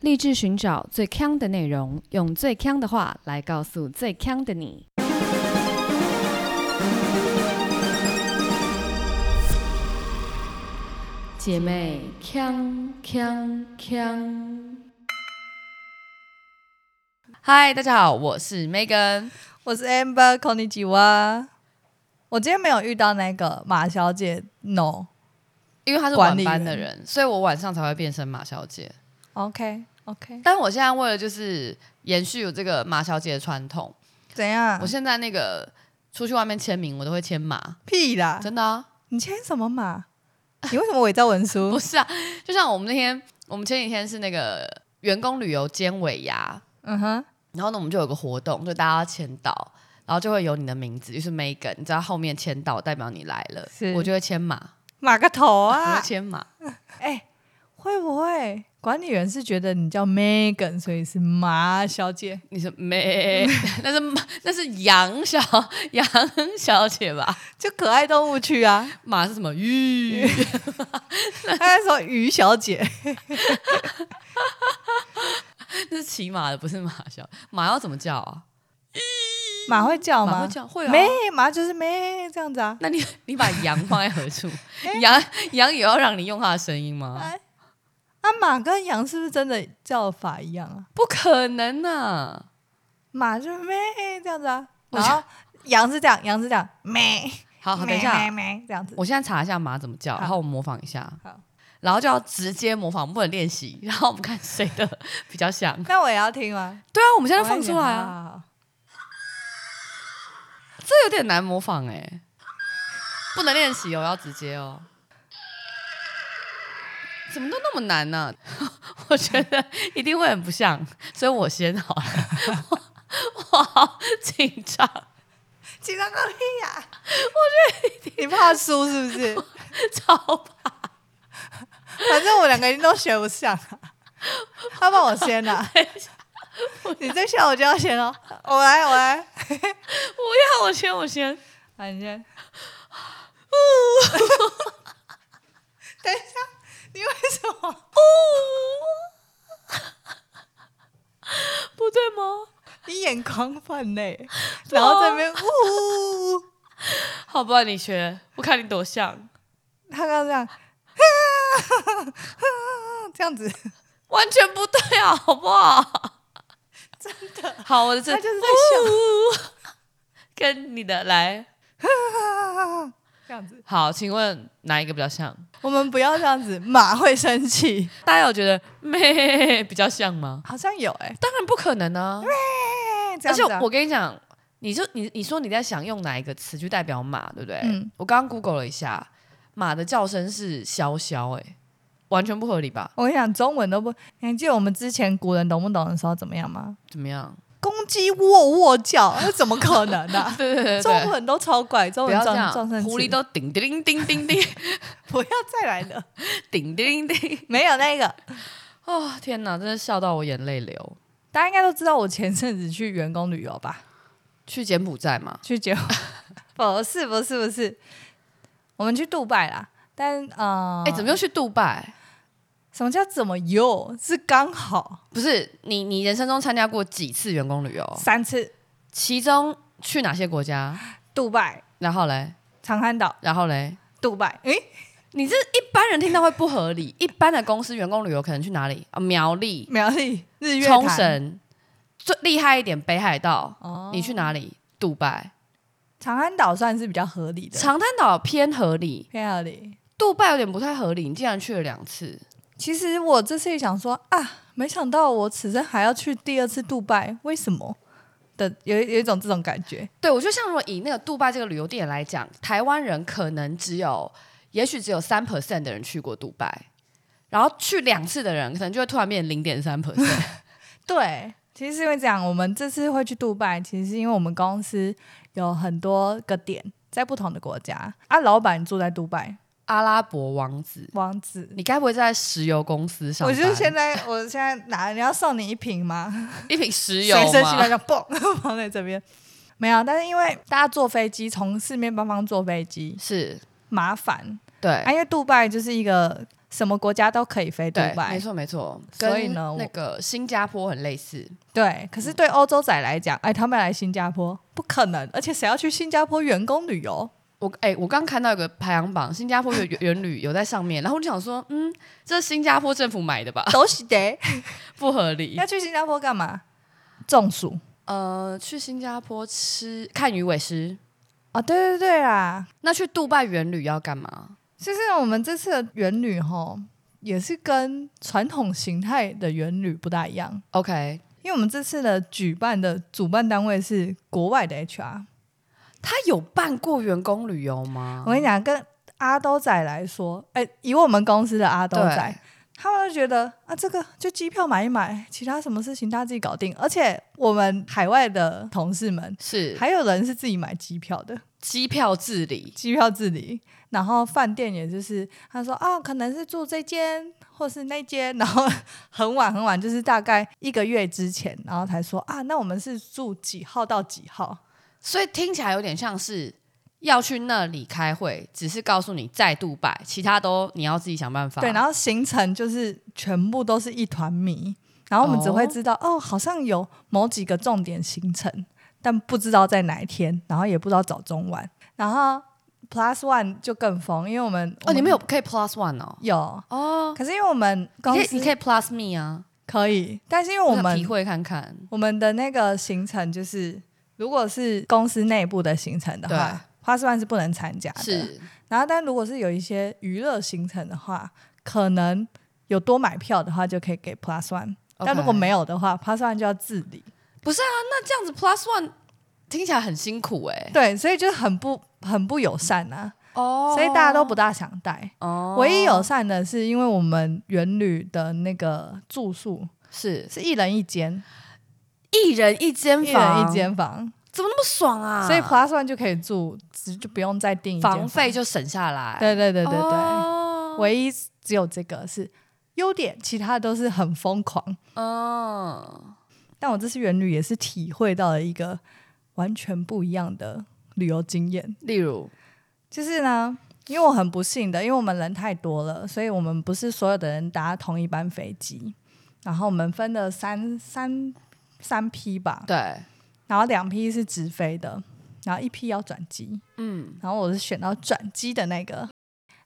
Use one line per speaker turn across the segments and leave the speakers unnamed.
立志寻找最强的内容，用最强的话来告诉最强的你。姐妹，强强强！
嗨，大家好，我是 Megan。
我是 Amber k o n i j i w a 我今天没有遇到那个马小姐，No。
因为她是晚
管理
班的
员
人，所以我晚上才会变成马小姐。
OK OK，
但我现在为了就是延续有这个马小姐的传统，
怎样
我？现在那个出去外面签名，我都会签马，
屁啦！
真的、啊、
你签什么马？你为什么伪造文
不
书？
是啊。就像我们那天，我们前几天是那个员工旅游尖尾牙，
嗯哼，
然后呢，我们就有个活动，就大家要签到，然后就会有你的名字，就是 Megan，你知道后面签到代表你来了
是，
我就会签马，
马个头
我
啊
会！签马。
哎、会不会管理员是觉得你叫 Megan，所以是马小姐？
你是没？那是马那是羊小羊小姐吧？
就可爱动物区 啊，
马是什么鱼？
他在说于小姐，
那是骑马的，不是马小马要怎么叫啊？
马会叫
马
吗？
会叫会啊。
没马就是没这样子啊。
那你你把羊放在何 处？羊羊也要让你用它的声音吗？
哎，啊，马跟羊是不是真的叫法一样啊？
不可能啊！
马就是咩这样子啊，
我
然后羊是这样，羊是这样咩，
好，好，
咩
等一下啊
咩，咩这样子。
我现在查一下马怎么叫，
好
然后我模仿一下啊
好。
然后就要直接模仿，不能练习。然后我们看谁的 比较像。
那我也要听吗？
对啊，我们现在
要
放出来啊，！
好好好
这有点难模仿哎、不能练习哦，要直接哦。怎么都那么难呢、 我觉得一定会很不像，所以我先好了。 我我好紧张，
紧张个屁呀！我觉得你怕输是不是？
超怕
反正我两个一定都学不像啊。他帮我先啊，你再笑我就要先哦。我来，我来，
不要我先，我先。
啊，你先。 等一下，你为什么？
不对吗？
你眼眶 泛泪，然后这边呜。
好吧，你学，我看你多像，
他刚刚这样， 这 样子，
完全不对啊，好不好？真的好，我的这
他就是在
跟你的来
笑，这样子。
好，请问哪一个比较像？
我们不要这样子，马会生气。
大家有觉得咩 比较像吗？
好像有哎、
当然不可能啊！
欸，这
而
样
且
子啊、
我跟你讲，你就你你说你在想用哪一个词去代表马，对不对？
嗯
我刚刚 Google 了一下，马的叫声是萧萧，哎，完全不合理吧？
我跟你讲，中文都不，你还记得我们之前古人懂不懂的时候怎么样吗？
怎么样？？
公鸡喔喔叫，那怎么可能呢、啊
对对对
中
对，
文都超怪，中
不
文
要这
撞
样
撞声，词，
狐狸都叮叮叮叮叮
不要再来了，
叮叮叮，
没有那个。
哦天哪，真的笑到我眼泪流。
大家应该都知道，我前阵子去员工旅游吧，
去柬埔寨嘛，
去结婚？不是，不是，不是，我们去杜拜啦。但呃，
哎，怎么又去杜拜？
什么叫怎么又？是刚好
不是你，你人生中参加过几次员工旅游？
三次，
其中去哪些国家？
杜拜、
然后嘞，
长滩岛、
然后嘞，
杜拜，诶，
你这一般人听到会不合理。一般的公司员工旅游可能去哪里？啊，苗栗、
苗栗、日月潭
冲绳，最厉害一点北海道。
哦，
你去哪里？杜拜、
长滩岛算是比较合理的，
长滩岛偏合理，
偏合理。
杜拜有点不太合理。你竟然去了两次，
其实我这次也想说啊，没想到我此生还要去第二次杜拜，为什么？的有有一种这种感觉，
对我就像如果以那个杜拜这个旅游地点来讲，台湾人可能只有，也许只有三 percent 的人去过杜拜，然后去两次的人可能就会突然变零点三 percent。
对，其实是因为这样，我们这次会去杜拜，其实是因为我们公司有很多个点在不同的国家啊，老板住在杜拜，
阿拉伯王子，
王子。
你该不会在石油公司上
我
班？
就是现在，我现在拿，你要送你一瓶吗？
一瓶石油
随身携带
吗？
就嘣放在这边。没有，啊但是因为大家坐飞机从四面八方坐飞机
是，
麻烦
对，
啊，因为杜拜就是一个什么国家都可以飞杜
对，没
拜。
错没错，
所
跟
以呢我
那个新加坡很类似，
对，可是对欧洲仔来讲，哎，他们来新加坡不可能，而且谁要去新加坡员工旅 游？
我哎、我刚看到一个排行榜，新加坡的 原原旅有在上面，然后我就想说，嗯，这是新加坡政府买的吧，
都是得
不合理
要。去新加坡干嘛？中暑
呃，去新加坡吃看鱼尾狮，
哦，对对对啊啦，
那去杜拜原旅要干嘛？
其实我们这次的元旅吼，也是跟传统形态的元旅不大一样，
OK，
因为我们这次的举办的主办单位是国外的 HR。
他有办过员工旅游吗？
我跟你讲，跟阿兜仔来说，哎、以我们公司的阿兜
对
仔，他们就觉得啊，这个就机票买一买，其他什么事情大家自己搞定。而且我们海外的同事们，
是
还有人是自己买机票的，
机票自理，
机票自理，然后饭店也就是他说啊，可能是住这间或是那间，然后很晚很晚，就是大概一个月之前，然后才说啊，那我们是住几号到几号？
所以听起来有点像是要去那里开会，只是告诉你在杜拜，其他都你要自己想办法。
对，然后行程就是全部都是一团迷，然后我们只会知道哦好像有某几个重点行程，但不知道在哪一天，然后也不知道早中晚，然后 Plus One 就更疯，因为我们
哦，你们有可以 plus one 哦，
有。
哦，
可是因为我们
你
公
可
司
以你可以 plus me 啊，
可以，但是因为我
想
们
体会看看。
我们的那个行程就是，如果是公司内部的行程的
对
话，花式万是不能参加的。
是
然后但如果是有一些娱乐行程的话，可能有多买票的话就可以给 Plus One。但如果
OK
没有的话，Plus One 就要自理。
那这样子 plus one 听起来很辛苦哎、
对，所以就很不很不友善啊，
哦
所以大家都不大想带。
哦
唯一友善的是，因为我们元旅的那个住宿
是
是一人一间，
一人一间
一人
房，
一，间房，
怎么那么爽啊？
所以 Plus One 就可以住，只就不用再订一间
房费就省下来。
对对对对对，
哦
唯一只有这个是优点，其他都是很疯狂。
嗯，
但我这次元旅也是体会到了一个完全不一样的旅游经验，
例如
就是呢。因为我很不幸的，因为我们人太多了，所以我们不是所有的人搭同一班飞机，然后我们分了三三三批吧，
对，
然后两批是直飞的，然后一批要转机，
嗯，
然后我是选到转机的那个，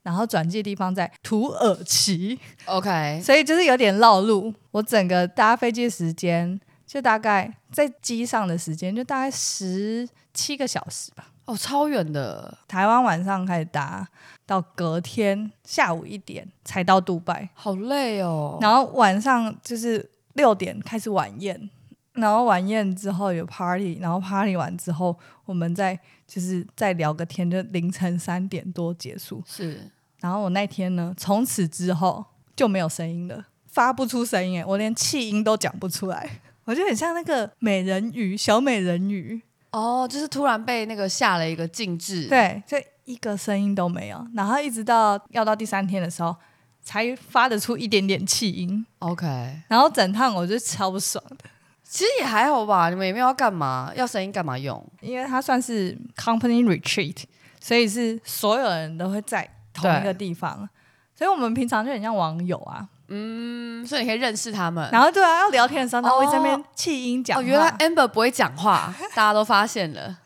然后转机的地方在土耳其，
OK，
所以就是有点绕路。我整个搭飞机的时间就大概在机上的时间就大概十七个小时吧。
哦，超远的，
台湾晚上开始搭，到隔天下午一点才到杜拜，
好累哦。
然后晚上就是六点开始晚宴，然后晚宴之后有 party，然后 party 完之后我们再就是再聊个天，就凌晨三点多结束。
是
然后我那天呢，从此之后就没有声音了，发不出声音耶，我连气音都讲不出来， 我就很像那个美人鱼，小美人鱼，
哦，就是突然被那个下了一个禁制，，
对，就一个声音都没有。然后一直到要到第三天的时候，才发得出一点点气音。
OK，
然后整趟我就超不爽的，
其实也还好吧，你们也没有要干嘛，要声音干嘛用？
因为它算是 company retreat，所以是所有人都会在同一个地方，所以我们平常就很像网友啊。
嗯，所以你可以认识他们。
然后对啊，要聊天的时候，然后我一直在那
哦
边气音讲
哦，
话、
原来 Amber 不会讲话，大家都发现 了。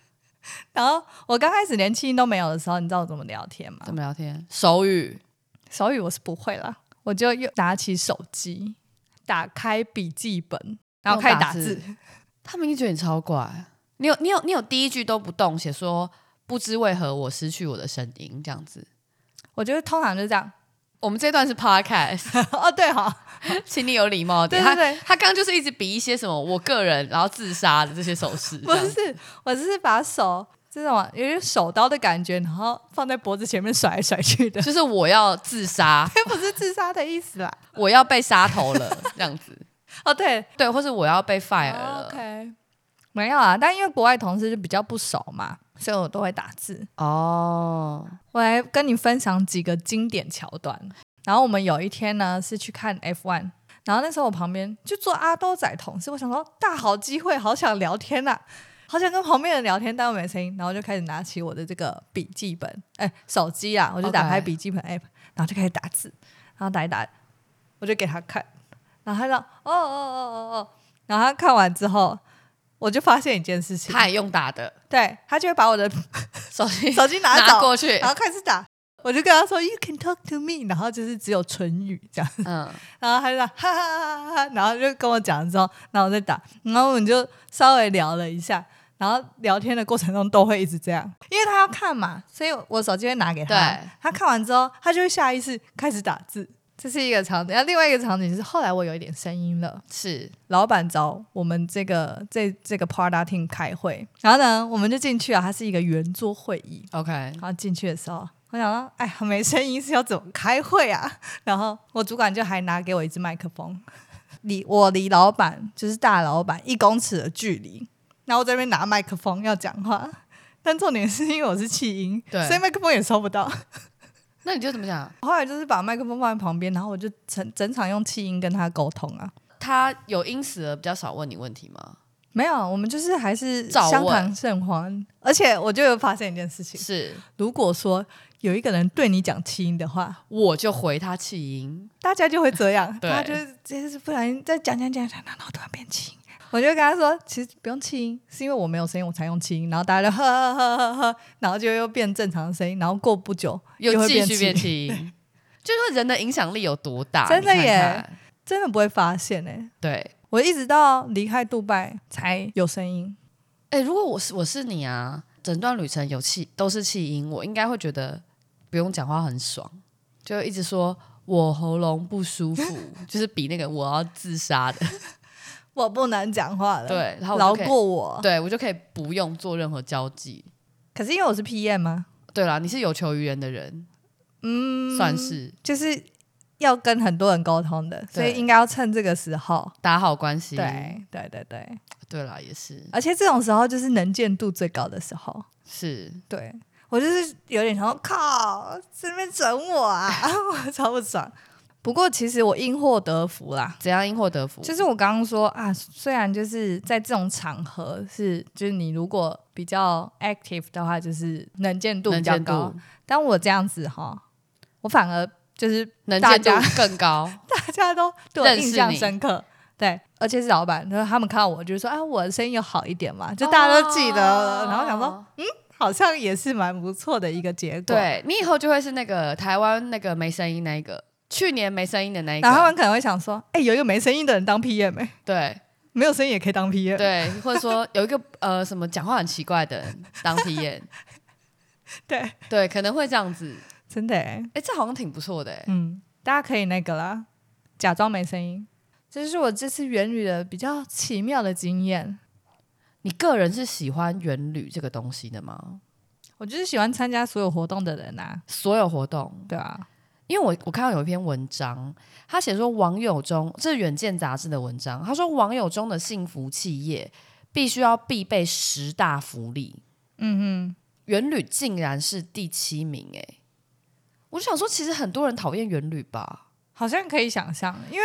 然后我刚开始连气音都没有的时候，你知道我怎么聊天吗
怎？么聊天？手语
手语我是不会啦，我就又拿起手机，打开笔记本，然后开始打
用
字
打。他们一定觉得你超怪。你有你有你有第一句都不动，写说不知为何我失去我的声音这样子。
我觉得通常就这样。
我们这段是 podcast，
哦，对 哈，
请你有礼貌
对
点。
对对，
他他刚刚就是一直比一些什么我个人然后自杀的这些手势，
不
这样
是，我只是把手这种有点手刀的感觉，然后放在脖子前面甩来甩去 的，
就是我要自杀，
这不是自杀的意思啦。
我要被杀头了这样子。
哦，对哦
对，或是我要被 fire
啊
了。
，OK，没有啊，但因为国外同事就比较不熟嘛，所以我都会打字。
哦，
我来跟你分享几个经典桥段。然后我们有一天呢是去看 F1，然后那时候我旁边就坐阿兜仔同事，我想说大好机会，好想聊天呐、好想跟旁边人聊天，但我没声音，然后就开始拿起我的这个笔记本，哎，手机啊，我就打
OK
开笔记本 app，然后就开始打字，然后打一打，我就给他看，然后他说哦哦哦哦哦，然后他看完之后，我就发现一件事情，
他也用打的
对他就会把我的
手机
手 机拿
拿
走，嗯
过去
然，后开始打。我就跟他说 “You can talk to me”，然后就是只有唇语这样，
嗯，
然后他就说哈哈哈哈哈，然后就跟我讲了之后，然后我再打，然后我们就稍微聊了一下，然后聊天的过程中都会一直这样，因为他要看嘛，所以我手机会拿给他
对，
他看完之后，他就会下意识开始打字，这是一个场景。然后另外一个场景是后来我有一点声音了，
是
老板找我们这个这这个 product team 开会，然后呢，我们就进去啊，它是一个圆桌会议，
OK，
然后进去的时候，我想到，哎呀，没声音是要怎么开会啊？ 然后我主管就还拿给我一支麦克风， 离我离老板就是大老板一公尺的距离，然后我这边拿麦克风要讲话，但重点是因为我是气音，
对
所以麦克风也收不到。
那你就怎么讲？
后来就是把麦克风放在旁边，然后我就整整场用气音跟他沟通啊。
他有因此而比较少问你问题吗？
没有，我们就是还是
照问
相谈甚欢，而且我就有发现一件事情：
是，
如果说有一个人对你讲气音的话，
我就回他气音，
大家就会这样，
对
大家就是就是不小心再讲讲讲讲，然后突然变轻。我就跟他说，其实不用气音，是因为我没有声音，我才用气音。然后大家就呵呵呵呵呵，然后就又变正常的声音。然后过不久
又
会
继
变
续变
轻，
气 音，就是人的影响力有多大？
真的
你看
耶
看
真的不会发现哎、
对，
我一直到离开杜拜才有声音，
哎、如果我是我是你啊，整段旅程有气都是气音，我应该会觉得不用讲话很爽，就一直说我喉咙不舒服， 就是比那个我要自杀 的，
我不能讲话了，，
对，然后
饶
我就可以，
过我。
对我就可以不用做任何交际。
可是因为我是啊 PM 嘛，
对啦，你是有求于人的人，
嗯，
算是
就是要跟很多人沟通的，所
对
以应该要趁这个时候。
打好关系。
对对对对，
对啦，也是
而且这种时候就是能见度最高的时候。
是，
对我就是有点想说，靠，这边整我啊， 我超不爽。不过其实我因祸得福啦，
怎样因祸得福？
就是我刚刚说啊，虽然就是在这种场合是，就是你如果比较 active 的话，就是能见度比
能
较
见
高
度。，
但我这样子哈，我反而就是
能
大
见度
家
更高。
大家都对我
认识
印象
你
深刻。对，而且是老板，然后他们看到我就说：“啊，我的声音有好一点嘛？”就大家都记得了，然后想说，嗯
哦，
好像也是蛮不错的一个结果。，
对你以后就会是那个台湾那个没声音那一个，去年没声音的那一个，
然后他们可能会想说，哎、有一个没声音的人当 PM 哎、
对
没有声音也可以当 PM，，
对，或者说有一个呃什么讲话很奇怪的人当 P 验，
对
对，可能会这样子。
真的哎、
哎，这好像挺不错的哎。
嗯，大家可以那个啦，假装没声音。这就是我这次元语的比较奇妙的经验。
你个人是喜欢元旅这个东西的吗？
我就是喜欢参加所有活动的人啊，
所有活动，
对啊，
因为我我看到有一篇文章，他写说网友中，这是《远见》杂志的文章，他说网友中的幸福企业必须要必备十大福利，
嗯哼，
元旅竟然是第七名哎、我就想说，其实很多人讨厌元旅吧？
好像可以想象，因为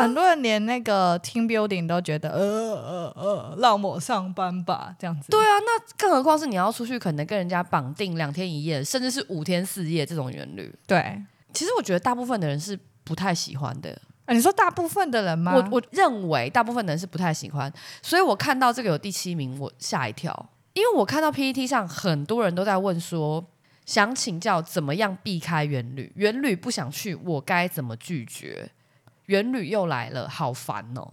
很多人连那个 team building 都觉得，呃呃呃，让我上班吧，这样子。
对啊，那更何况是你要出去，可能跟人家绑定两天一夜，甚至是五天四夜这种元旅。
对，啊
其实我觉得大部分的人是不太喜欢的，
啊，你说大部分的人吗？
我我认为大部分的人是不太喜欢，所以我看到这个有第七名，我吓一跳，因为我看到 PPT 上很多人都在问说，想请教怎么样避开元旅，元旅不想去，我该怎么拒绝？元旅又来了，好烦哦！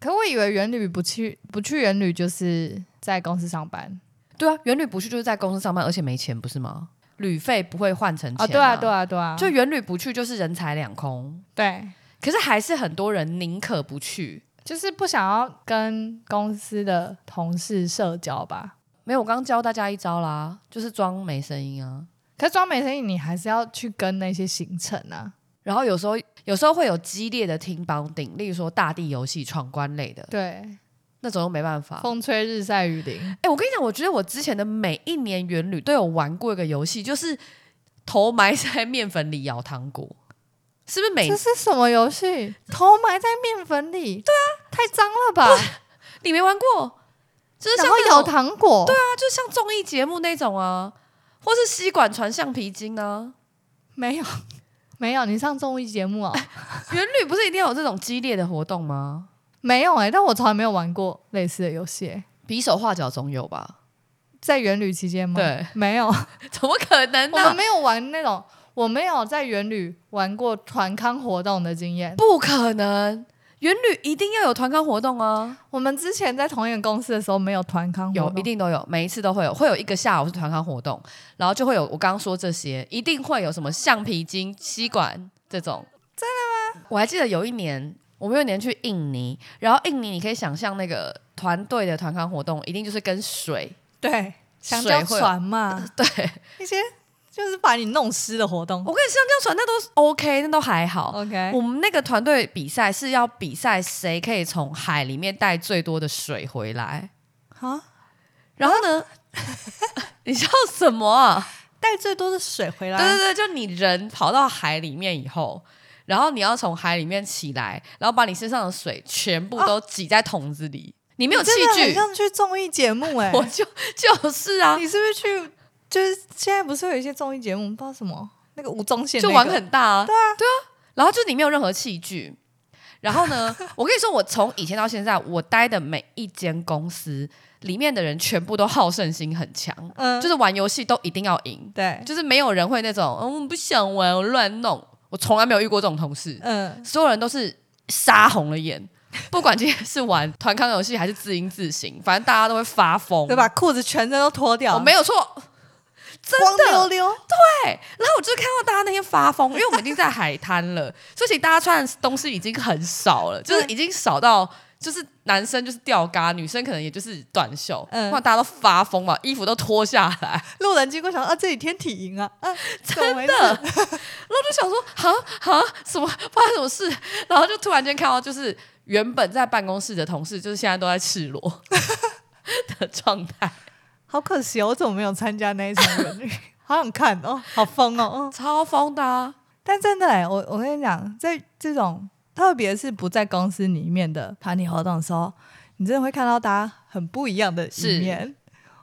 可我以为元旅不去不去元旅就是在公司上班
对啊，元旅不去就是在公司上班，而且没钱，不是吗？旅费不会换成钱、
哦，对啊，对，啊，对啊，
就元旅不去就是人财两空，
对，
可是还是很多人宁可不去。
就是不想要跟公司的同事社交吧。
没有，我刚教大家一招啦，就是装没声音啊。
可是装没生意，你还是要去跟那些行程啊。
然后有时候有时候会有激烈的听 bounding，例如说大地游戏、闯关类的
对，
那种，又没办法。
风吹日晒雨淋，
哎、我跟你讲，我觉得我之前的每一年元旅都有玩过一个游戏，就是头埋在面粉里咬糖果，是不是每
这是什么游戏？哎头埋在面粉里？对啊，太脏了吧！
你没玩过？就是像
然后
那
咬
种
糖果，对啊，
啊，就像综啊艺节目那种啊，或是吸管传橡皮筋呢、
没有 没有，你上综艺节目 哦？
元旅不是一定要有这种激烈的活动吗？
没有哎、但我从来没有玩过类似的游戏欸、
比手画脚总有吧？
在元旅期间吗？，
对，
没有，我
怎么可能
们
呢？
没有玩那种，我没有在元旅玩过团康活动的经验。
不可能，元旅一定要有团康活动啊！
我们之前在同一个公司的时候没有团康活
有
动，
一定都有，每一次都会有，会有一个下午是团康活动，然后就会有我刚刚说这些，一定会有什么橡皮筋、吸管这种。真的吗？我还记得有一年，我们有一年去印尼，然后印尼你可以想象那个团队的团康活动，一定就是跟水
对，香
水
蕉
会有
船嘛，
对。
一些就是把你弄湿的活动。
我跟你香蕉船那都是 OK，那都还好。
OK，
我们那个团队比赛是要比赛谁可以从海里面带最多的水回来。
啊，
然后呢，你笑什么啊？
带最多的水回来。
对啊对对，就你人跑到海里面以后，然后你要从海里面起来，然后把你身上的水全部都挤在桶子里，哦你没有
你
器
真的很
具，
像去综艺节目哎、
我就就是啊，
你是不是去？就是现在不是有一些综艺节目，不知道什么那个吴宗宪、
就
那个
玩很大啊，对啊，对啊，然后就你没有任何器具。然后 呢，我跟你说，我从以前到现在，我待的每一间公司里面的人，全部都好胜心很强，
嗯，
就是玩游戏都一定要赢，
对，
就是没有人会那种，嗯，我不想玩，我乱弄，我从来没有遇过这种同事。
嗯，
所有人都是杀红了 眼，不管今天是玩团康游戏还是自音自行，反正大家都会发疯，
对？把裤子全身都脱掉，
我没有错，
光溜溜，
对。然后我就看到大家那天发疯，因为我们已经在海滩了，所以其实大家穿的东西已经很少了，
嗯
就是已经少到。就是男生就是吊嘎，女生可能也就是短袖，
嗯
嗯，大家都发疯嘛，衣服都脱下来，
路人经过想说啊，这几天体营啊，啊，真
的然后就想说，哈哈，什么发生什么事？然后就突然间看到，就是原本在办公室的同事，就是现在都在赤裸的状态，
好可惜哦，我怎么没有参加那一场人旅？ 好想看哦，好疯哦，嗯。
超疯的、啊。
但真的哎、我我跟你讲，在这种特别是不在公司里面的团体活动的时候，你真的会看到大家很不一样的一面。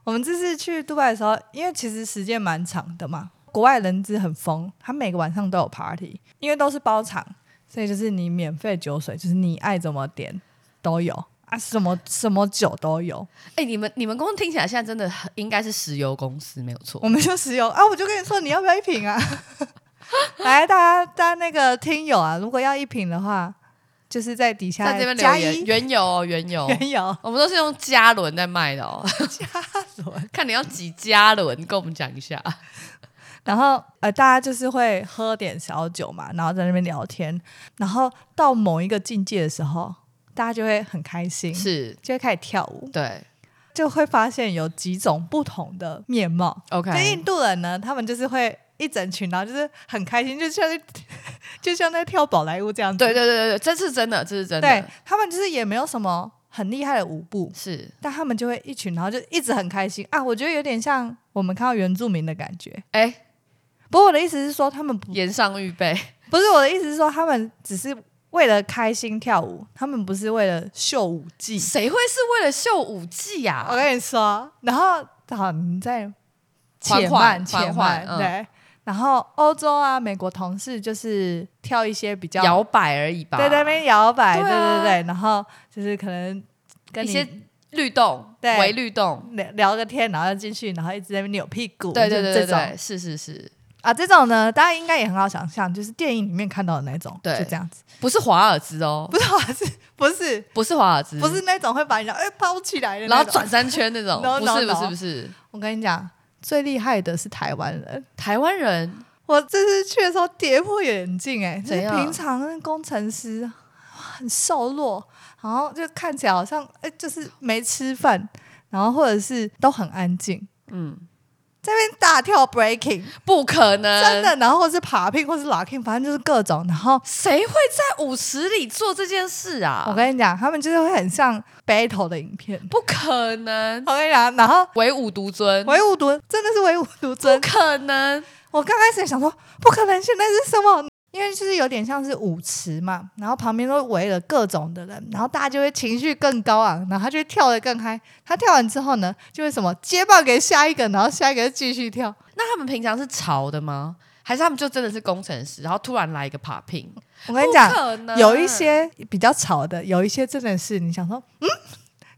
我们这次去杜拜的时候，因为其实时间蛮长的嘛，国外人资很疯，他每个晚上都有 party，因为都是包场，所以就是你免费酒水，就是你爱怎么点都有啊，什么什么酒都有。
哎、你们你们公司听起来现在真的很应该是石油公司没有错
我，们就石油啊，我就跟你说，你要不要一瓶啊？ 来，大家大家那个听友啊，如果要一瓶的话，就是在底下
在这边留
加
言
一
原油哦原油，
原油
我们都是用加仑在卖的哦，
加仑，
看你要几加仑，跟我们讲一下。
然后呃，大家就是会喝点小酒嘛，然后在那边聊天，然后到某一个境界的时候，大家就会很开心，
是，
就会开始跳舞，
对
就会发现有几种不同的面貌。就
，OK，
印度人呢，他们就是会一整群，然后就是很开心，就像 就像在跳宝莱坞这样子。
对对对对对，这是真的，这是真
对
的，
他们就是也没有什么很厉害的舞步，
是。
但他们就会一群，然后就一直很开心啊！我觉得有点像我们看到原住民的感觉。
哎、
不过我的意思是说，他们不
言上预备，
不是我的意思是说，他们只是为了开心跳舞，他们不是为了秀舞技。
谁会是为了秀舞技呀、
我跟你说，然后好，你再
缓
且慢
缓
且
缓
慢
缓，嗯
对。然后欧洲啊，美国同事就是跳一些比较
摇摆而已吧？
对在那边摇摆，
对
对
啊
对对，然后就是可能跟
一
你
些律动，
对
微律动，
聊聊个天，然后进去，然后一直在那边扭屁股，
对对对
就
对
是这种
对，是是是，
啊，这种呢，大家应该也很好想象，就是电影里面看到的那种，
对
就这样子，
不是华尔兹哦，
不是华是，不是
不是华尔兹，
不是，那种会把人家哎抛起来的，
嗯然后转。三圈那种
No,，
不
no,
是不
no
是不是，
我跟你讲，最厉害的是台湾人，
台湾人
我这次去的时候跌破眼镜、哎，就
怎
是
样
平常那工程师哇很瘦弱，然后就看起来好像哎、就是没吃饭，然后或者是都很安静，
嗯
这边大跳 breaking。
不可能，
真的，然后或是爬 pin 或是 locking，反正就是各种。然后
谁会在舞池里做这件事
我
啊？
跟你讲，他们就是会很像 battle 的影 片。
不可能，
我跟你讲，然后
唯舞独尊，
唯吾独真的是唯吾独
不
尊。
可能，
我刚开始想说，不可能，现在是什么？因为就是有点像是舞池嘛，然后旁边都围了各种的人，然后大家就会情绪更高昂，然后他就会跳得更嗨。他跳完之后呢，就会什么接棒给下一个，然后下一个就继续跳。
那他们平常是潮的吗？还是他们就真的是工程师，然后突然来一个 popping？
我嗯跟你讲
不，可能
有一些比较吵的，有一些真的是你想说，嗯，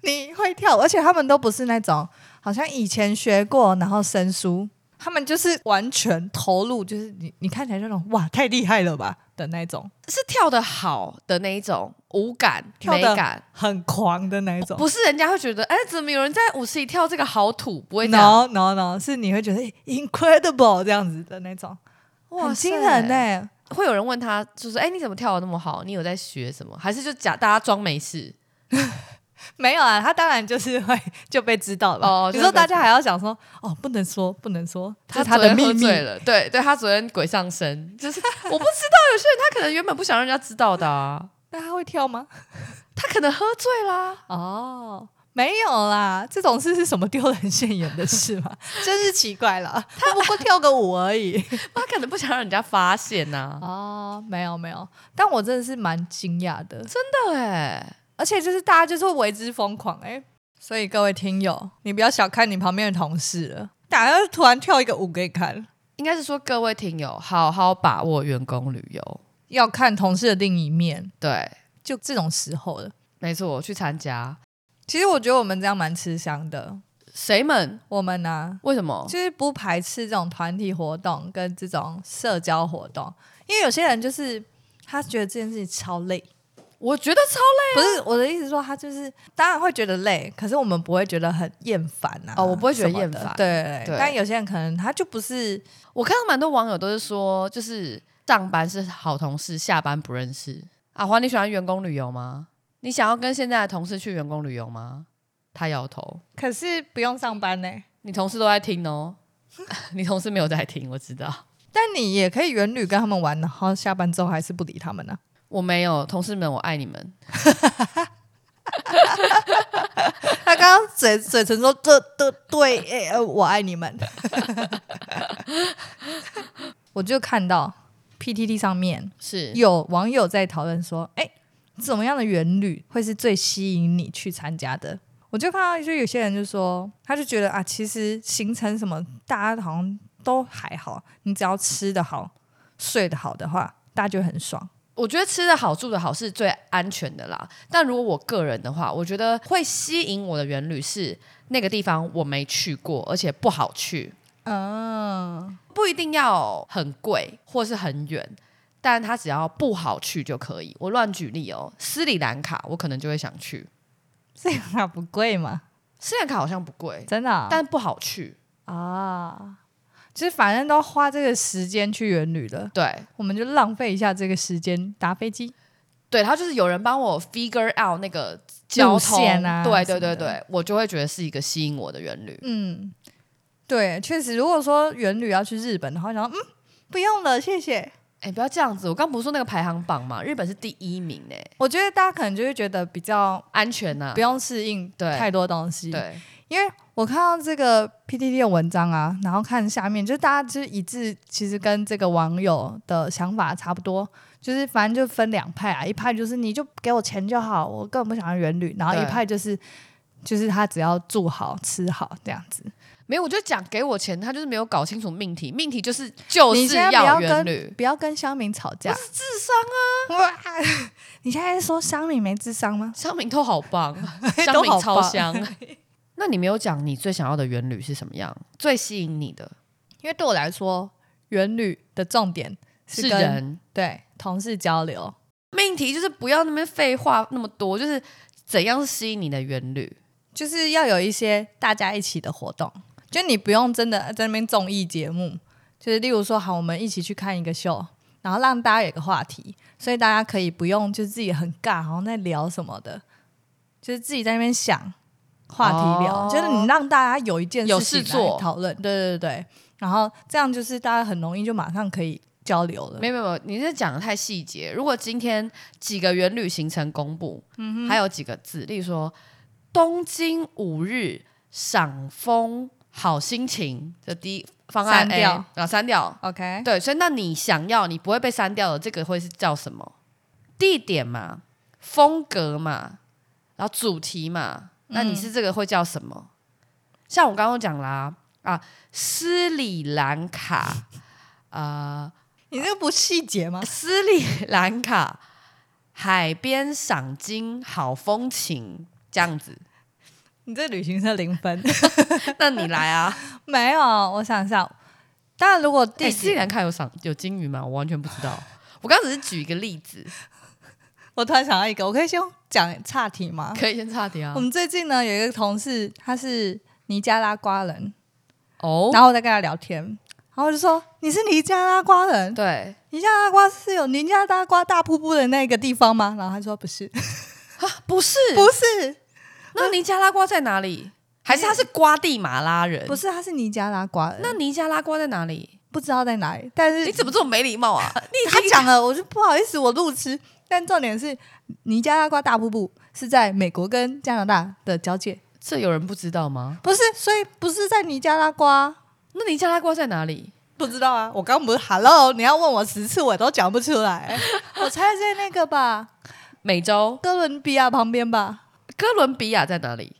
你会跳，而且他们都不是那种好像以前学过然后生疏，他们就是完全投入，就是你你看起来就那种哇太厉害了吧的那种，
是跳的好的那一种，舞感、
跳
美
得
感，
很狂的那一种。
不是人家会觉得，哎，怎么有人在舞池里跳这个好土？不会这样，
no no no，是你会觉得欸 incredible 这样子的那种，很
塞
惊人欸呢、
会有人问他，就是哎，你怎么跳的那么好？你有在学什么？还是就假大家装没事？
没有啊，他当然就是会就被知道了。
哦
你
就
说
是被
大家还要想说，哦，不能说，不能说，这是他
昨
的
天
秘
喝
密
醉了，对对，他昨天鬼上身，就是 我不知道，有些人他可能原本不想让人家知道的啊，
那他会跳吗？
他可能喝醉啊啦，
哦，没有啦，这种事是什么丢人现眼的事吗？ 真是奇怪了，他不过跳个舞而已。
他可能不想让人家发现啊呐、
哦，没有没有，但我真的是蛮惊讶的，
真的哎，
而且就是大家就是会为之疯狂哎、所以各位听友，你不要小看你旁边的同事了，大家突然跳一个舞给你看，
应该是说各位听友，好好把握员工旅游，
要看同事的另一面，
对，
就这种时候了。
没错，我去参加，
其实我觉得我们这样蛮吃香的，
谁们？
我们啊呢、
为什么？
就是不排斥这种团体活动跟这种社交活动，因为有些人就是他觉得这件事情超累，
我觉得超累
不是我的意思说他就是当然会觉得累，可是我们不会觉得很厌烦啊。
哦我不会觉得
什么的
厌烦
对对
对
对。但有些人可能他就不是
我看到蛮多网友都是说，就是上班是好同事，下班不认识。阿华，你喜欢员工旅游吗？你想要跟现在的同事去员工旅游吗？他摇头。
可是不用上班呢、
你同事都在听哦， 你同事没有在听，我知道。
但你也可以远旅跟他们玩，然后下班之后还是不理他们呢、
我没有，同事们，我爱你们。
他刚刚嘴嘴唇说这这对，哎、呃我爱你们。 我就看到 PTT 上面
是
有网友在讨论说，哎、怎么样的元旅会是最吸引你去参加的？我就看到就有些人就说，他就觉得啊，其实行程什么大家好像都还好，你只要吃的好、睡得好的话，大家就很 爽。
我觉得吃的好、住的好是最安全的啦。但如果我个人的话，我觉得会吸引我的原旅是那个地方我没去过，而且不好去。
嗯，
不一定要很贵或是很远，但它只要不好去就可以。我乱举例哦，斯里兰卡我可能就会想去，
这个不贵嘛，
斯里兰卡好像不贵，
真的、啊。
但不好去。
啊，就是反正都花这个时间去元旅了，
对
我们就浪费一下这个时间搭飞机。
对，它就是有人帮我 figure out 那个交通
路线啊
对
什
对对
么的
对，我就会觉得是一个吸引我的原旅。
嗯，对，确实，如果说元旅要去日本的话，想说嗯，不用了，谢谢。
哎，不要这样子，我刚不是说那个排行榜嘛，日本是第一名哎，
我觉得大家可能就会觉得比较
安全呐、
不用适应
对
太多东西，，
对，
因为我看到这个 PTT 的文章啊，然后看下面，就是大家就是一致，其实跟这个网友的想法差不多，就是反正就分两派啊，一派就是你就给我钱就好，我根本不想要元旅，然后一
对
派就是就是他只要住好吃好这样子，
没有，我就讲给我钱，他就是没有搞清楚命题，命题就是就
你
是
现在不要
原
跟
旅，
不要跟乡民吵架，是智商啊！哇， 你现在是说乡民没智商吗？
香茗都好 棒，香
都好
茗
棒
超香。 那你没有讲你最想要的元旅是什么样，最吸引你的
因为对我来说，元旅的重点
是
跟
人。
对同事交流。
命题就是不要那边废话那么多，就是怎样是吸引你的元旅？
就是要有一些大家一起的活动，就你不用真的在那边综艺节目，就是例如说，好，我们一起去看一个秀，然后让大家有个话题，所以大家可以不用就自己很尬，好像在聊什么的，就是自己在那边想话题聊，
哦
就是你让大家有一件
有
事
事
情
做
来讨论，对对对，然后这样就是大家很容易就马上可以交流了
没。有没有没有，你是讲的太细节。如果今天几个元旅行程公布，
嗯
还有几个字，例如说东京五日赏枫好心情这第一方案
删
A，
掉
啊，删掉。
OK，
对，所以那你想要你不会被删掉的这个会是叫什么？地点嘛，风格嘛，然后主题嘛，
嗯
那你是这个会叫什么？像我刚刚讲啦，啊，斯里兰卡呃
你这个不细节吗？
斯里兰卡海边赏金好风情这样 子。
你这旅行社零分。
那你来啊！
没有，我想想，当然如果
哎、
地
斯里
址，
兰卡有赏有金鱼吗？我完全不知道。我刚刚只是举一个例 子，
我突然想到一个，我可以先讲岔题吗？
可以先差点啊
我。们最近呢有一个同事，他是尼加拉瓜人，
哦，
然后我在跟他聊天，然后我就说你是尼加拉瓜人，
对，
尼加拉瓜是有尼加拉瓜大瀑布的那个地方吗？然后他说 不是，
不是，
不是，
那尼加拉瓜在哪里？还是他是瓜地马拉人？
不，是，他是尼加拉瓜人，
那尼加拉瓜在哪里？
不知道在哪里，但是
你怎么这么没礼貌啊？你
他讲了，我就不好意思，我路痴。但重点是，尼加拉瓜大瀑布是在美国跟加拿大的交界，
这有人不知道吗？
不是，所以不是在尼加拉瓜。
那尼加拉瓜在哪里？
不知道啊，我刚不是 hello，你要问我十次我都讲不出来。 我猜在那个吧，
美洲？
哥伦比亚旁边吧。
哥伦比亚在哪里？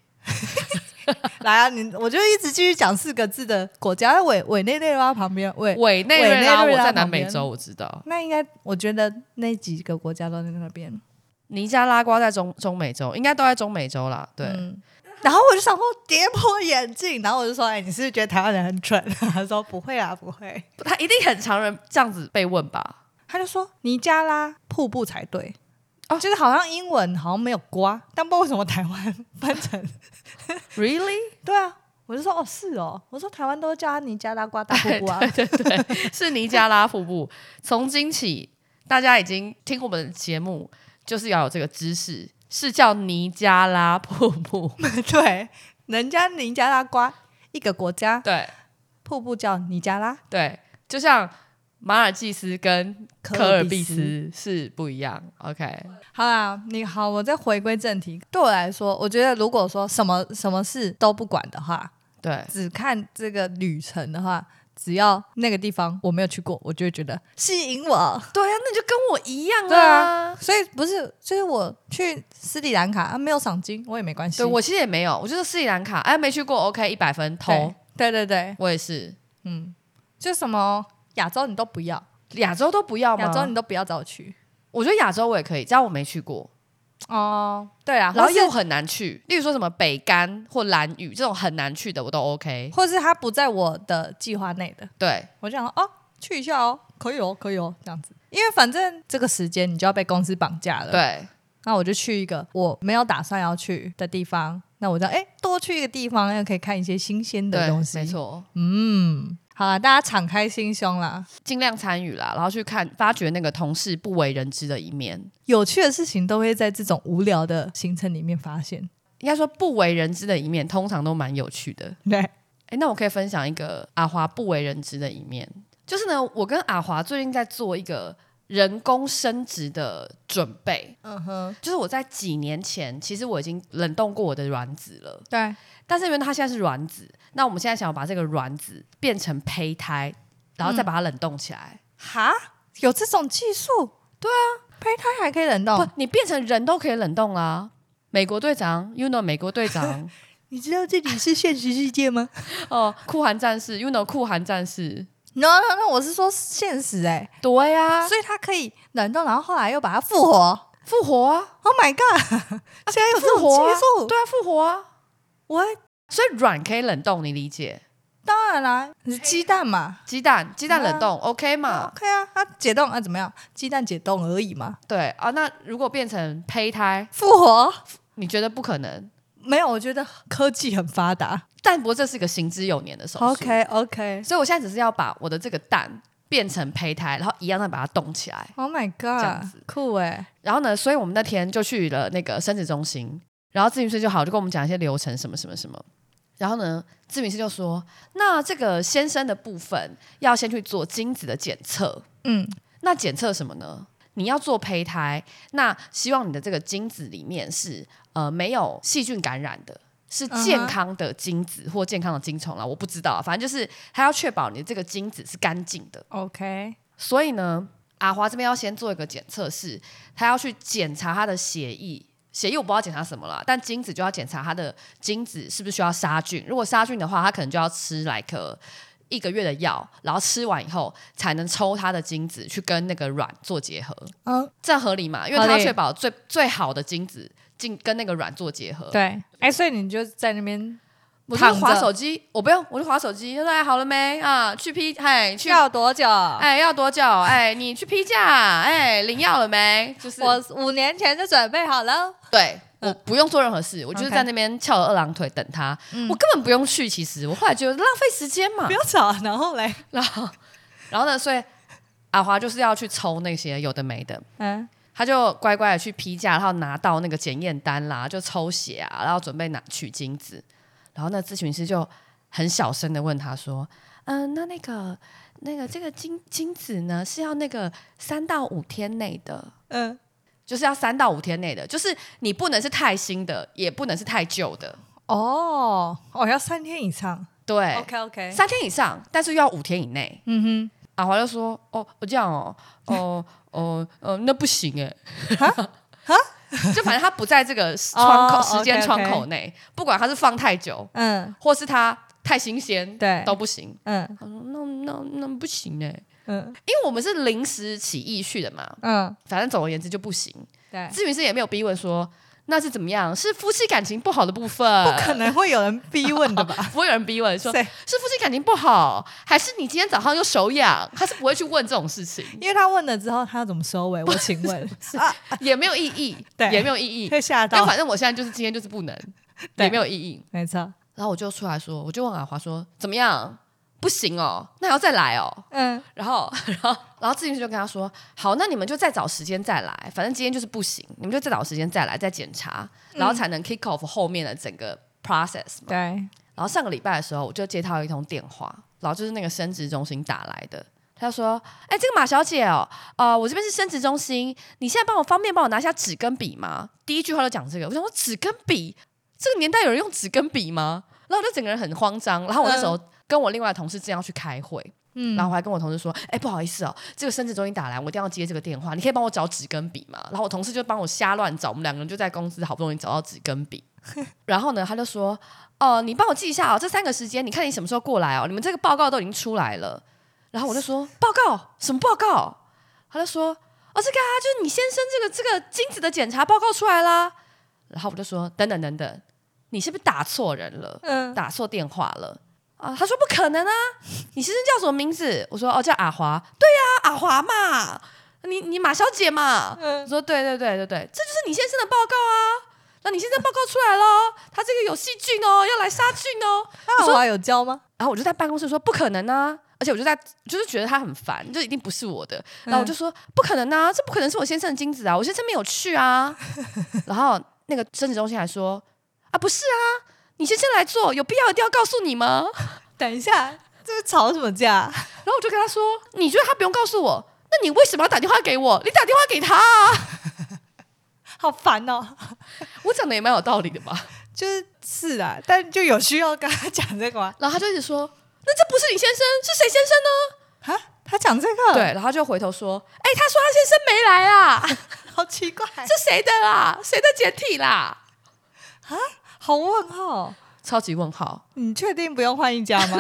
来啊，你我就一直继续讲四个字的国家，委委内瑞拉旁边，委
委内瑞拉，
委内瑞
我
拉
在南
旁边
美洲，我知道。
那应该我觉得那几个国家都在那边。
尼加拉瓜在中中美洲，应该都在中美洲啦。对，
嗯然后我就想说跌破眼镜，然后我就说：“哎、你是不是觉得台湾人很蠢？” 他说：“不会啊，不会。
他一定很常人这样子被问吧？”
他就说：“尼加拉瀑布才对。”
哦
就是好像英文好像没有瓜，但不知道为什么台湾翻成
Really？
对啊，我就说哦是哦，我说台湾都叫它尼加拉瓜大瀑布啊，
对对对，是尼加拉瀑布。从今起，大家已经听我们的节目，就是要有这个知识，是叫尼加拉瀑 布。
对 人家尼加拉瓜一个国家，
对
瀑布叫尼加拉，
对，就像马尔济斯跟科
科
尔
尔
必
必
斯是不一样。OK，
好啦，你好，我再回归正题。对我来说，我觉得如果说什么什么事都不管的话，
对，
只看这个旅程的话，只要那个地方我没有去过，我就会觉得吸引我。
对啊，那你就跟我一样
对
啊
啊。所以不是，就是我去斯里兰卡啊，没有赏金我也没关系。
对我其实也没有，我就是斯里兰卡，哎，没去过，OK，一百分
对
投，
对对对，
我也是。
嗯，就什么亚洲你都不要，
亚洲都不要吗？
亚洲你都不要找我去
我觉得亚洲我也可以，只要我没去过，
哦。对啊，
然后
或是
又很难去，例如说什么北干或兰屿这种很难去的，我都 OK。
或是他不在我的计划内的，
对，
我就想哦，去一下哦，可以哦，可以哦，这样子。因为反正这个时间你就要被公司绑架了，
对，
那我就去一个我没有打算要去的地方。那我就哎，多去一个地方，又可以看一些新鲜的
对
东，西。
没，错，
嗯，好啦，大家敞开心胸啦，
尽量参与啦，然后去看发掘那个同事不为人知的一面，
有趣的事情都会在这种无聊的行程里面发现。
应该说不为人知的一面通常都蛮有趣的。
对，
哎，那我可以分享一个阿华不为人知的一面，就是呢，我跟阿华最近在做一个人工生殖的准备，
嗯哼，
就是我在几年前，其实我已经冷冻过我的卵子了，
对，
但是因为它现在是卵子，那我们现在想要把这个卵子变成胚胎，然后再把它冷冻起来。
哈，有这种技术？对啊，胚胎还可以冷冻
不，。你变成人都可以冷冻啦、美国队长，Uno 美国队 长，
你知道这里是现实世界吗
哦，酷寒战士，Uno 酷寒战士，
？No No No，我是说现实哎、
对啊呀、
所以它可以冷冻，然后后来又把它复活。
复活啊，
Oh my god！现在有这种
复活啊
技术？
对啊，复活啊，
我
所以卵可以冷冻，你理解？
当然啦，你是鸡蛋嘛。
鸡蛋，鸡蛋冷冻、o k 嘛？
OK 啊，它解冻啊，怎么样？鸡蛋解冻而已嘛。
对啊，那如果变成胚胎，
复活
你觉得不可能？
没有？我觉得科技很发达。
但不过这是一个行之有年的手术
OK OK。
所以我现在只是要把我的这个蛋变成胚胎，然后一样再把它冻起来。
Oh my
样
god！
子
酷哎、
然后呢，所以我们那天就去了那个生殖中心，然后咨询师就好就跟我们讲一些流程什么什么什么。然后呢，咨询师就说，那这个先生的部分要先去做精子的检测。
嗯，
那检测什么呢？你要做胚胎，那希望你的这个精子里面是呃没有细菌感染的，是健康的精子或健康的精虫啦，我不知道啊，反正就是它要确保你的这个精子是干净的。
OK，
所以呢，阿华这边要先做一个检测是，他要去检查他的血液。血液我不知道检查什么啦，但精子就要检查他的精子是不是需要杀菌。如果杀菌的话，他可能就要吃来 i 一个月的药，然后吃完以后才能抽它的精子去跟那个卵做结合，
嗯，
这样合理吗？因为它
合
要
理
确保最最好的精子进跟那个卵做结合。
对，哎，所以你就在那边
我就
躺着
划手机，我不用，我就划手机。哎，好了没啊？去批，哎，去，
要多久？
哎，要多久？哎，你去批假，哎，领药了没？就是
我五年前就准备好了。
对。
嗯
我不用做任何事，我就是
OK
在那边翘着二郎腿等他。
嗯
我根本不用去，其实我后来觉得浪费时间嘛
不。要吵，然后嘞，
然后，然后呢，所以阿华就是要去抽那些有的没的，
嗯，
他就乖乖的去批假，然后拿到那个检验单啦，就抽血啊，然后准备拿取精子。然后那咨询师就很小声的问他说：“嗯、那那个那个这个精精子呢是要那个三到五天内的，
嗯，
就是要三到五天内的，就是你不能是太新的，也不能是太旧的，
哦，哦，要三天以上。
对
OK，
三天以上，但是又要五天以内。”
嗯
阿华就说：“哦，我这样哦， 哦，哦，呃，那不行哎， 就反正他不在这个窗口、
哦
时间
OK，OK
窗口内，不管他是放太久，
哼，嗯
或是他太新鲜，
对
都不行。
嗯
他说：那那那不行哎，因
嗯
为我们是临时起意去的嘛，
嗯，
反正总而言之就不行。
对，
咨询师也没有逼问说那是怎么样，是夫妻感情不好的部分，
不 可能会有人逼问的 吧？
不会有人逼问说
对，
是夫妻感情不好，还是你今天早上又手痒，他是不会去问这种事情。”
因为他问了之后，他要怎么收尾？我请问， 啊，
也没有意义，
对
也没有意 义。
会吓
但
到，
反正我现在就是今天就是不能，
对
也没有意义。
没错，
然后我就出来说，我就问阿华说怎么样？不行哦，那还要再来哦。
嗯
然后， 然后，然后咨询师就跟他说：“好，那你们就再找时间再来，反正今天就是不行，你们就再找时间再来再检查，然
嗯
后才能 kick off 后面的整个 process 嘛。
对，
然后上个礼拜的时候，我就接到一通电话，然后就是那个生殖中心打来的。他就说：“哎、这个马小姐哦，呃，我这边是生殖中心，你现在帮我方便帮我拿一下纸跟笔吗？”第一句话就讲这个，我想说纸跟笔，这个年代有人用纸跟笔吗？然后我就整个人很慌张。然后我那时候跟我另外的同事正要去开会，
嗯
然后我还跟我同事说：“哎、不好意思哦，这个生殖中心打来，我一定要接这个电话，你可以帮我找纸跟笔吗？”然后我同事就帮我瞎乱找，我们两个人就在公司好不容易找到纸跟笔。然后呢，他就说：“哦、你帮我记一下哦，这三个时间，你看你什么时候过来哦？你们这个报告都已经出来了。”然后我就说：“报告什么报告？”他就说：“哦，这个啊，就是你先生这个这个精子的检查报告出来啦。”然后我就说：“等等等等，你是不是打错人了？”
嗯
打错电话了。啊，他说不可能啊，你先生叫什么名字？我说哦，叫阿华。对呀、阿华嘛，你你马小姐嘛。我
嗯
说对对对对对，这就是你先生的报告啊。那你现在报告出来了，他这个有细菌哦，要来杀菌哦。
那我还有教吗？
然后我就在办公室说不可能啊，而且我就在就是觉得他很烦，就一定不是我的。然后我就说、不可能啊，这不可能是我先生的精子啊，我先生没有去啊。 然后那个生殖中心还说啊不是啊，你先生来做，有必要一定要告诉你吗？
等一下，这是吵什么架？
然后我就跟他说：“你觉得他不用告诉我，那你为什么要打电话给我？你打电话给他、啊，
好烦哦！
我讲的也蛮有道理的吧
就是是啊，但就有需要跟他讲这 个吗？”？
然后他就一直说：“那这不是你先生，是谁先生呢
啊，他讲这？”个，
对，，然后他就回头说：“哎、他说他先生没来啊，
好奇怪，这
是谁的啦？谁的解体啦
好问号。？”
超级问号。
你确定不用换一家吗？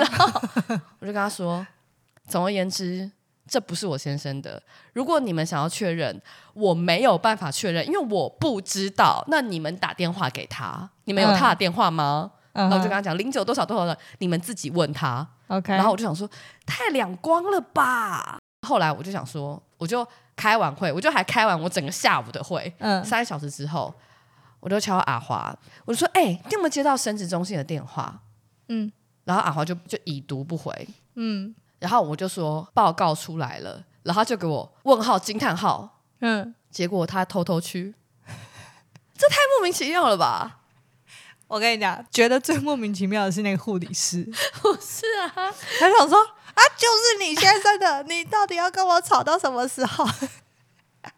我就跟他说：“总而言之，这不是我先生的。如果你们想要确认，我没有办法确认，因为我不知道。那你们打电话给他，你们有他的电话吗？”
然
然后我就跟他讲零九多少多少的，你们自己问他。
OK，
然后我就想说，太两光了吧。后来我就想说，我就开完会，我就还开完我整个下午的会，
嗯
三个小时之后，我就敲阿华，我就说，哎、你有没有接到生殖中心的电话？
嗯
然后阿华就就已读不回，
嗯
然后我就说报告出来了，然后他就给我问号惊叹号，
嗯，
结果他偷偷去， 这太莫名其妙了吧？
我跟你讲，觉得最莫名其妙的是那个护理师，
不是啊，
他想说 啊，就是你先生的， 你到底要跟我吵到什么时候？
害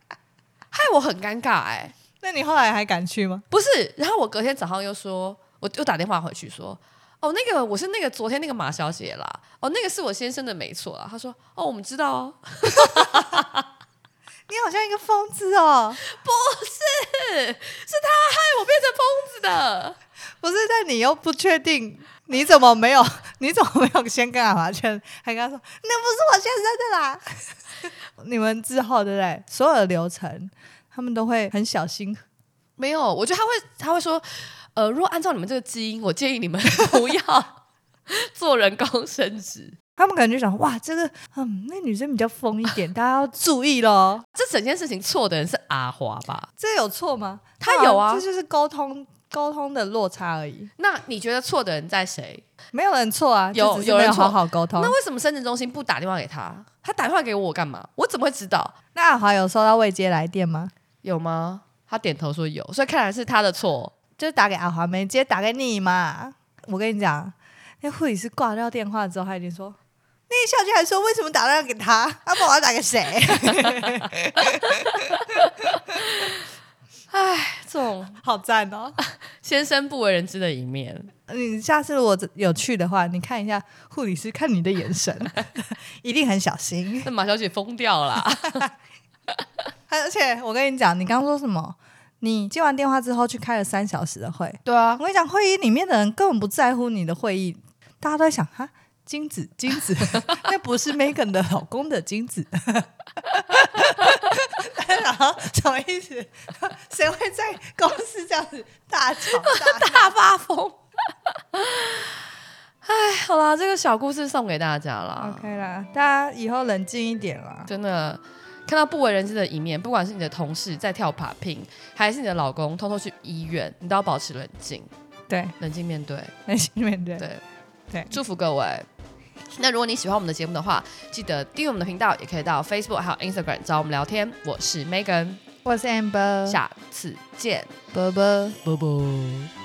我很尴尬哎、
那你后来还敢去吗？
不是，然后我隔天早上又说，我又打电话回去说，哦，那个我是那个昨天那个马小姐啦，哦，那个是我先生的没错啦。他说，哦，我们知道哦，
你好像一个疯子哦，
是他害我变成疯子的。
不是？但你又不确定，你怎么没有 你怎么没有先跟阿华劝？还跟他说那不是我先生的啦。 你们之后对不对？所有的流程他们都会很小心。
没有，我觉得他会他会说，呃，如果按照你们这个基因，我建议你们 不 要做人工生殖。
他们可能就想，哇，这个，嗯，那女生比较疯一 点，大家要注意咯。
这整件事情错的人是阿华吧？
这有错吗？
他
好像
有啊
这就是沟通沟通的落差而已，
那你觉得错的人在谁？
没有人错啊，
有
就只是
有人
没有
错
好好沟通。
那
那
为什么生殖中心不打电话给他？他打电话给我干嘛？我怎么会知道？
那阿华有收到未接来电吗？
有吗？他点头说有，所以看来是他的错。
就是打给阿华没接，打给你嘛。我跟你讲，那护理师挂掉电话之后，他已经说。那一下去还说为什么打电话给他？阿、啊、不，我要打给谁？
这种
好赞哦！
先生不为人知的一面，
你下次如果有去的话，你看一下护理师看你的眼神， 一定很小心。
那马小姐疯掉啦。
而且我跟你讲，你刚刚说什么？你接完电话之后去开了三小时的会，
对啊
我，跟你讲，会议里面的人根本不在乎你的会议，大家都在想哈，金子 金子，那不是 Megan 的老公的金子， 然后什么意思？ 谁会在公司这样子大吵 大闹？
大发疯。哎， 好啦，这个小故事送给大家啦。
OK 啦，大家以后冷静一点啦。
真的看到不为人知的一面，不管是你的同事在跳爬聘，还是你的老公偷偷去医院，你都要保持冷静，
对，
冷静面对。
冷静面对。
对
对
祝福各位。那如果你喜欢我们的节目的话，记得订阅我们的频道，也可以到 Facebook 还有 Instagram 找我们聊天。我是 Megan，
我是 Amber，
下次见，
波波。
啵啵。